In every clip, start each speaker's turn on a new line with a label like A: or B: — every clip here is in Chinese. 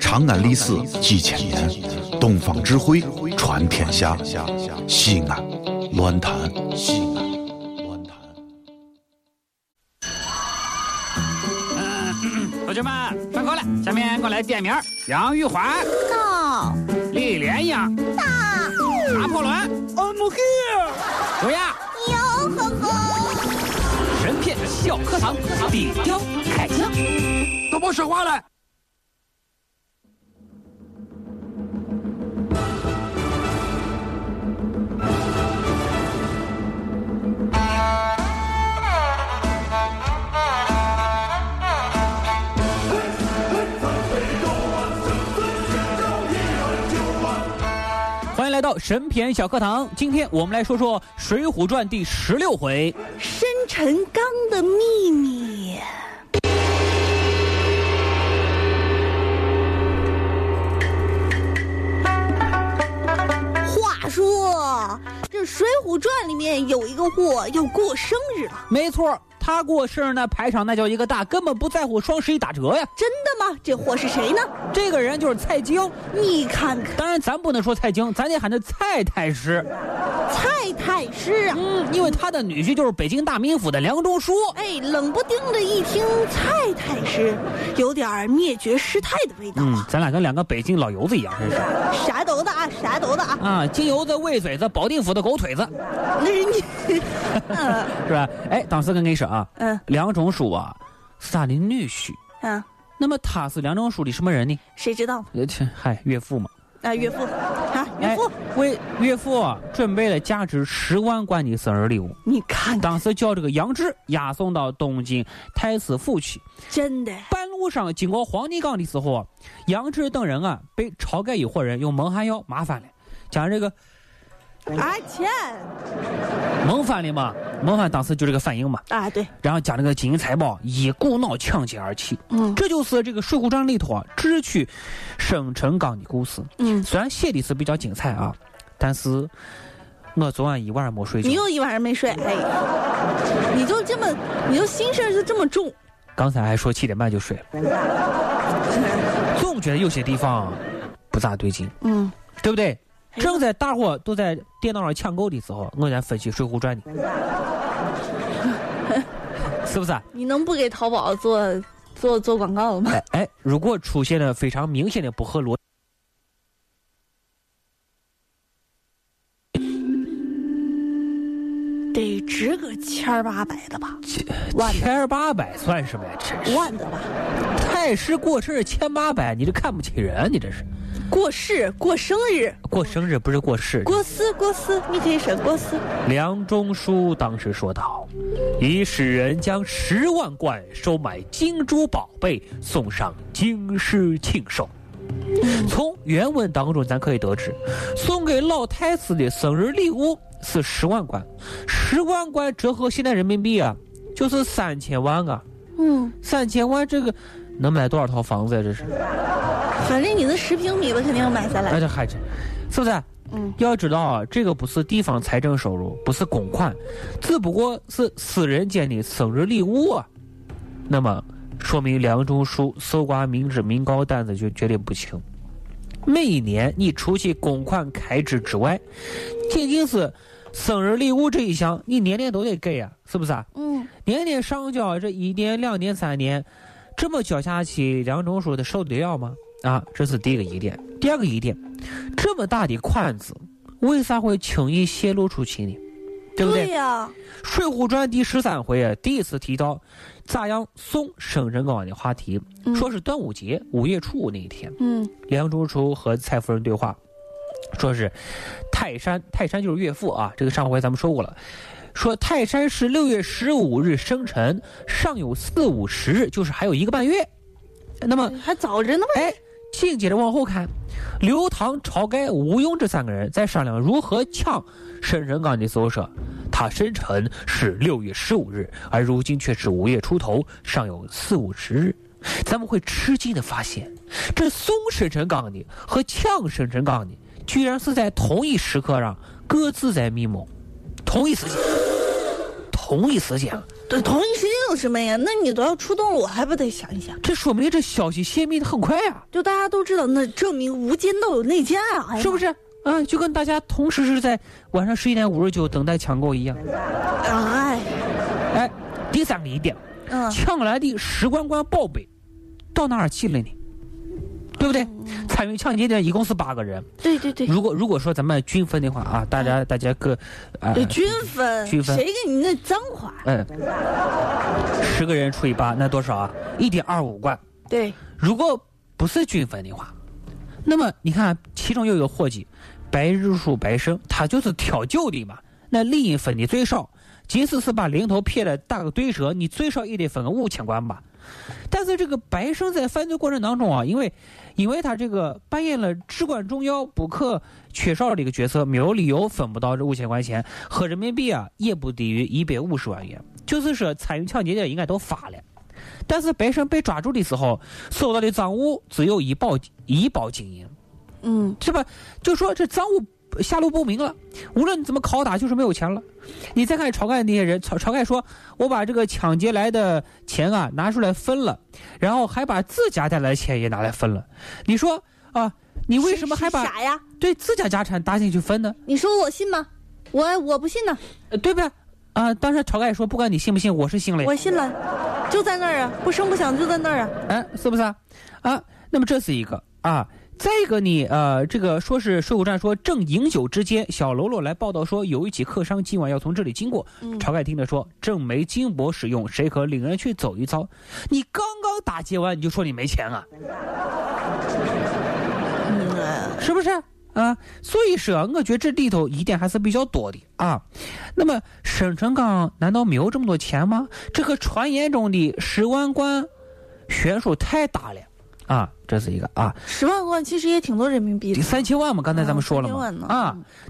A: 长安历史几千年，东方智慧传天下。西安，乱谈西安，乱谈。
B: 同学们上课了，下面我来点名：杨玉环、
C: 到
B: 李莲英、
C: 大
B: 拿破仑、I'm here，卓雅，
C: 哟呵呵，
B: 神片小课堂，底雕开讲。都别说话了。欢迎来到神篇小课堂，今天我们来说说《水浒传》第十六回。
C: 生辰纲的秘密。话说，这《水浒传》里面有一个货要过生日了，
B: 没错，他过生日那排场那叫一个大，根本不在乎双十一打折呀。
C: 真的吗？这货是谁呢？
B: 这个人就是蔡京，
C: 你看看，
B: 当然咱不能说蔡京，咱得喊他蔡太师。
C: 蔡太师啊，
B: 嗯，因为他的女婿就是北京大名府的梁中书。
C: 哎，冷不丁的一听蔡太师，有点儿灭绝师太的味道
B: 嗯
C: 啊，，
B: 咱俩跟两个北京老油子一样，真是
C: 啥都的啊，啥都的啊。
B: 啊，金油子、喂嘴子、保定府的狗腿子，
C: 那人家，呃，
B: 是吧？哎，当时跟你说啊，
C: 嗯
B: 梁中书啊是他的女婿，
C: 嗯，
B: 那么他是梁中书的什么人呢？
C: 谁知道呢
B: 呃切嗨，岳父嘛。
C: 啊？岳父啊，岳父，
B: 哎、为岳父啊准备了价值十万贯的生日礼物，
C: 你看看，
B: 当时叫这个杨志押送到东京太师府去。
C: 真的，
B: 半路上经过黄泥岗的时候啊，杨志等人啊被晁盖一伙人用蒙汗药麻翻了，将这个
C: 啊钱
B: 蒙翻了嘛，蒙翻当时就这个反应嘛，
C: 啊，对，
B: 然后将这个金银财宝一股脑抢劫而去。
C: 嗯
B: 这就是这个《水浒传》里头啊智取生辰纲的故事。
C: 嗯，
B: 虽然写的是比较精彩啊，但是我昨晚一晚上没睡觉
C: 你。又一晚上没睡，哎，你就这么，你就心事儿就这么重，
B: 刚才还说七点半就睡了，总觉得有些地方不咋对劲，
C: 嗯，
B: 对不对？
C: 哎
B: 正在大伙都在电脑上抢购的时候，我在分析《水浒传》呢， 是不是啊？
C: 你能不给淘宝做做做广告吗？
B: 哎哎，如果出现了非常明显的不合逻
C: 得值个千儿八百的吧，
B: 辑，
C: 万的
B: 千八百算什么呀？真是
C: 万的吧，
B: 太师过生日千八百，你这看不起人，啊你这是
C: 过世过生日，
B: 过生日不是过世。
C: 郭思郭思，你可以选郭思，
B: 梁中书当时说道：“已使人将十万贯收买金珠宝贝，送上京师庆寿。”从原文当中，咱可以得知，送给老太子的生日礼物是十万贯，十万贯折合现在人民币啊，就是三千万啊，
C: 嗯，
B: 三千万这个能买多少套房子呀、这是，
C: 反正你那十平米的肯定买下来
B: 哎，，这还真，是不是？
C: 嗯，
B: 要知道啊，这个不是地方财政收入，不是公款，只不过是私人间的生日礼物啊。那么，说明梁中书搜刮民脂民膏担子就决定不轻。每一年，你除去公款开支之外，仅仅是生日礼物这一项，你年年都得给啊，是不是啊？
C: 嗯。
B: 年年上交，这一年、两年、三年，这么交下去，梁中书的受得了吗？啊，这是第一个疑点。第二个疑点，这么大的款子，为啥会轻易泄露出去呢？对不对？
C: 呀、
B: 水浒传》第十三回啊，第一次提到咋样送生辰纲啊的话题，
C: 嗯
B: 说是端午节五月初五那一天，
C: 嗯
B: 梁中书和蔡夫人对话，说是泰山，泰山就是岳父啊。这个上回咱们说过了，说泰山是六月十五日生辰，尚有四五十日，就是还有一个半月。那么，
C: 嗯还早着呢吧？
B: 哎，紧接着往后看，刘唐、晁盖、吴用这三个人在商量如何抢生辰纲的时候说，他生辰是六月十五日，而如今却是五月出头，尚有四五十日。咱们会吃惊的发现，这送生辰纲的和抢生辰纲的，居然是在同一时刻上各自在密谋，同一时间，同一时间。啊
C: 对，同一时间有有什么呀？那你都要出动了，我还不得想一想？
B: 这说明这消息泄密的很快啊呀、
C: 就大家都知道，那证明无间道有内奸啊，哎呀
B: 是不是？啊，就跟大家同时是在晚上十一点五十九等待抢购一样。
C: 哎，
B: 哎，第三个疑点，
C: 嗯，
B: 抢来的石棺棺宝贝到哪儿去了呢？对不对？参与抢劫的一共是八个人。
C: 对嗯对对，
B: 如果如果说咱们均分的话啊，大家大家各，啊、
C: 对均分，
B: 均分
C: 谁给你那脏话？
B: 嗯，十个人除以八，那多少啊？一点二五罐。
C: 对，
B: 如果不是均分的话，那么你看，其中又有伙计，白日数白生，他就是挑旧的嘛。那利益分的最少，即使是把零头撇了打个对折，你最少也得分个五千贯吧。但是这个白生在犯罪过程当中啊，因为因为他这个扮演了至关重要、不可缺少的一个角色，没有理由分不到这五千块钱，合人民币啊也不低于一百五十万元。就是说，参与抢劫的应该都发了。但是白生被抓住的时候，搜到的赃物只有一包一包金银，
C: 嗯，
B: 是吧？就说这赃物下落不明了，无论你怎么拷打，就是没有钱了。你再看晁盖那些人，晁晁盖说：“我把这个抢劫来的钱啊拿出来分了，然后还把自家带来的钱也拿来分了。”你说啊，你为什么还
C: 是
B: 把
C: 傻呀？
B: 对自家家产搭进去分呢？
C: 你说我信吗？我我不信呢，
B: 呃对吧？啊，当时晁盖说：“不管你信不信，我是信了呀。”
C: 我信了，就在那儿啊，不声不响就在那儿啊，
B: 哎，是不是啊？啊，那么这是一个啊。再一个呢，呃，这个说是水浒传说正饮酒之间，小喽啰来报道说有一起客商今晚要从这里经过。
C: 嗯
B: 晁盖听着说正没金帛使用，谁可领人去走一遭？你刚刚打劫完你就说你没钱啊，
C: 嗯，
B: 是不是？啊，所以说啊我觉得这里头疑点还是比较多的啊。那么沈成刚难道没有这么多钱吗？这和传言中的十万贯悬殊太大了啊，这是一个啊。
C: 十万贯其实也挺多人民币的，
B: 三千万嘛，刚才咱们说了
C: 嗯啊
B: 嘛
C: 三千万呢，
B: 啊，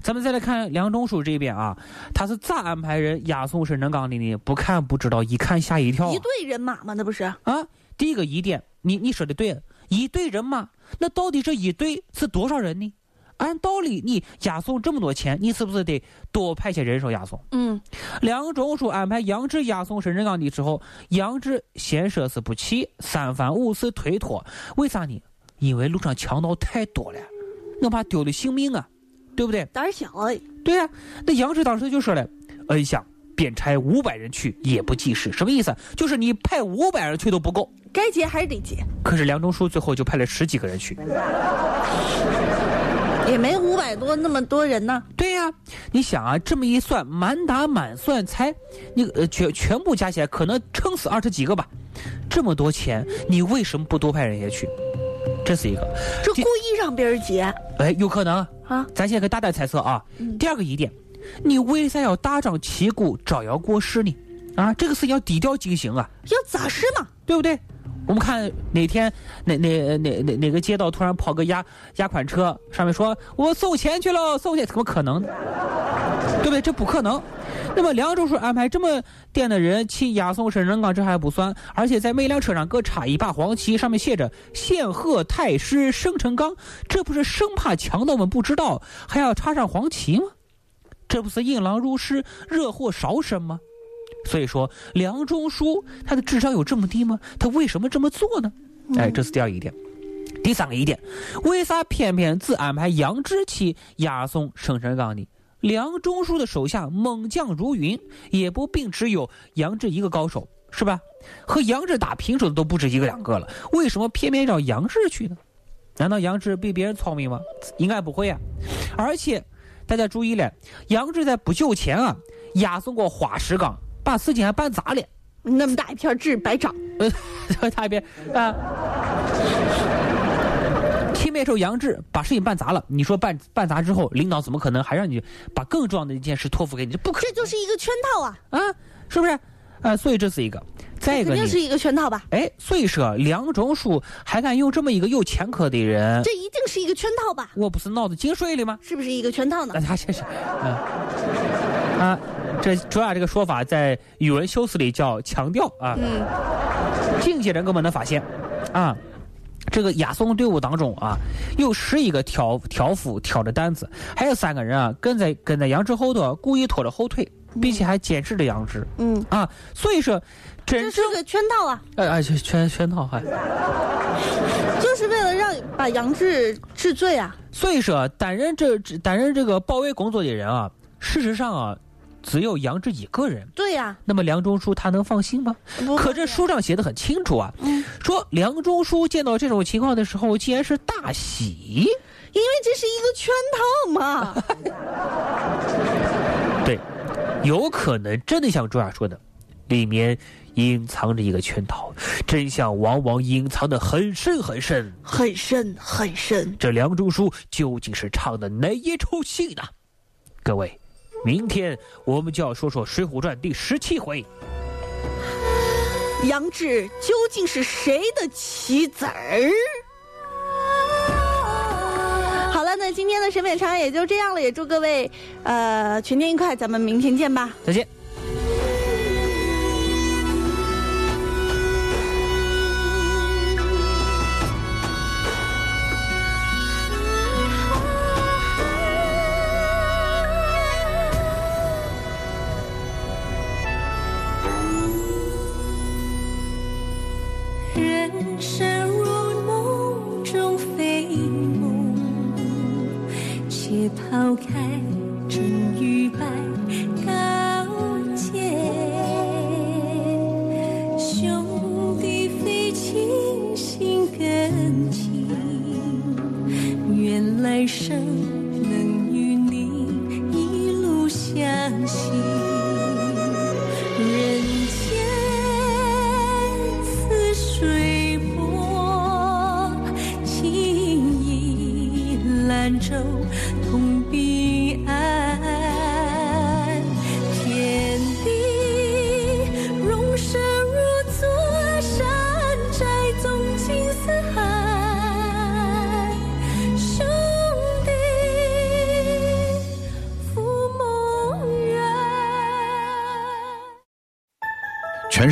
B: 咱们再来看梁中书这边啊，他是咋安排人押送沈成刚的呢？不看不知道，一看吓一跳
C: 一队人马嘛，那不是？
B: 啊！第一个疑点，你你说的对，一队人马，那到底这一队是多少人呢？按道理，你押送这么多钱，你是不是得多派些人手押送？
C: 嗯，
B: 梁中书安排杨志押送沈振刚的时候，杨志先说是不去，三番五次推脱，为啥呢？因为路上强盗太多了，我怕丢了性命啊，对不对？
C: 胆儿小哎，
B: 对呀、那杨志当时就说了，恩相便差五百人去也不济事，什么意思？就是你派五百人去都不够。
C: 该结还是得结，
B: 可是梁中书最后就派了十几个人去，
C: 也没五百多那么多人呢，
B: 对呀、你想啊，这么一算，满打满算才那个呃全全部加起来，可能撑死二十几个吧。这么多钱，你为什么不多派人也去？这是一个，
C: 这故意让别人结
B: 哎，有可能啊。
C: 啊，
B: 咱现在可以大胆猜测啊。第二个疑点，你为啥要大张旗鼓招摇过市呢？啊，这个事情要低调进行啊，
C: 要咋是嘛？
B: 对不对？我们看哪天哪哪哪哪哪个街道突然跑个押押款车，上面说我送钱去了，送钱怎么可能？对不对？这不可能。那么梁中书安排这么点的人去押送沈成刚，这还不算，而且在每辆车上各插一把黄旗，上面写着“县贺太师生辰纲”，这不是生怕强盗们不知道，还要插上黄旗吗？这不是引狼入室，惹祸烧身吗？所以说，梁中书他的智商有这么低吗？他为什么这么做呢？
C: 嗯
B: 哎，这是第二个疑点。第三个疑点，为啥偏偏只安排杨志去押送生辰纲呢？梁中书的手下猛将如云，也不并只有杨志一个高手，是吧？和杨志打平手的都不止一个两个了，为什么偏偏让杨志去呢？难道杨志比别人聪明吗？应该不会啊。而且大家注意了，杨志在不久前啊押送过花石纲，把事情还办砸了。
C: 那么大一片痣白长，
B: 他一边啊，青面兽杨志把事情办砸了。你说办办砸之后，领导怎么可能还让你把更重要的一件事托付给你？这不可
C: 这就是一个圈套啊，
B: 啊，是不是？啊，所以这是一个。再一个
C: 肯
B: 呢
C: 定，是一个圈套吧？
B: 哎，所以说梁中书还敢用这么一个有前科的人，
C: 这一定是一个圈套吧？
B: 我不是脑子进水了吗？
C: 是不是一个圈套呢
B: 那？他这是，啊啊，这主要这个说法在语文修辞里叫强调啊。
C: 嗯，
B: 境界人根本能发现，啊，这个押送队伍当中啊，有十一个挑挑夫挑着担子，还有三个人啊跟在跟在杨志后头啊故意拖着后腿，并且还减制了养殖
C: 嗯，
B: 啊，所以说，
C: 这
B: 真
C: 是
B: 正
C: 个圈套啊，
B: 哎哎圈圈圈套还，
C: 就是为了让把杨志治罪啊。
B: 所以说担任这担任这个保卫工作的人啊，事实上啊，只有杨志一个人。
C: 对呀、
B: 那么梁中书他能放心吗？
C: 不啊
B: 可这书上写的很清楚啊，
C: 嗯
B: 说梁中书见到这种情况的时候，竟然是大喜。
C: 因为这是一个圈套嘛。
B: 对，有可能真的像朱亚说的，里面隐藏着一个圈套，真相往往隐藏的很深 很深。
C: 很深很深。
B: 这梁中书究竟是唱的哪一出戏呢？各位，明天我们就要说说《水浒传》第十七回。
C: 杨志究竟是谁的棋子儿？好了，那今天的审美茶也就这样了，也祝各位呃全年愉快，咱们明天见吧。
B: 再见。
D: 人生如梦中非梦，且抛开真与白高洁。兄弟非亲，心更亲。愿来生能与你一路相惜。人间似水波，情意兰舟同彼岸。天地容身如座山寨，纵情四海。兄弟赴梦远。
A: 全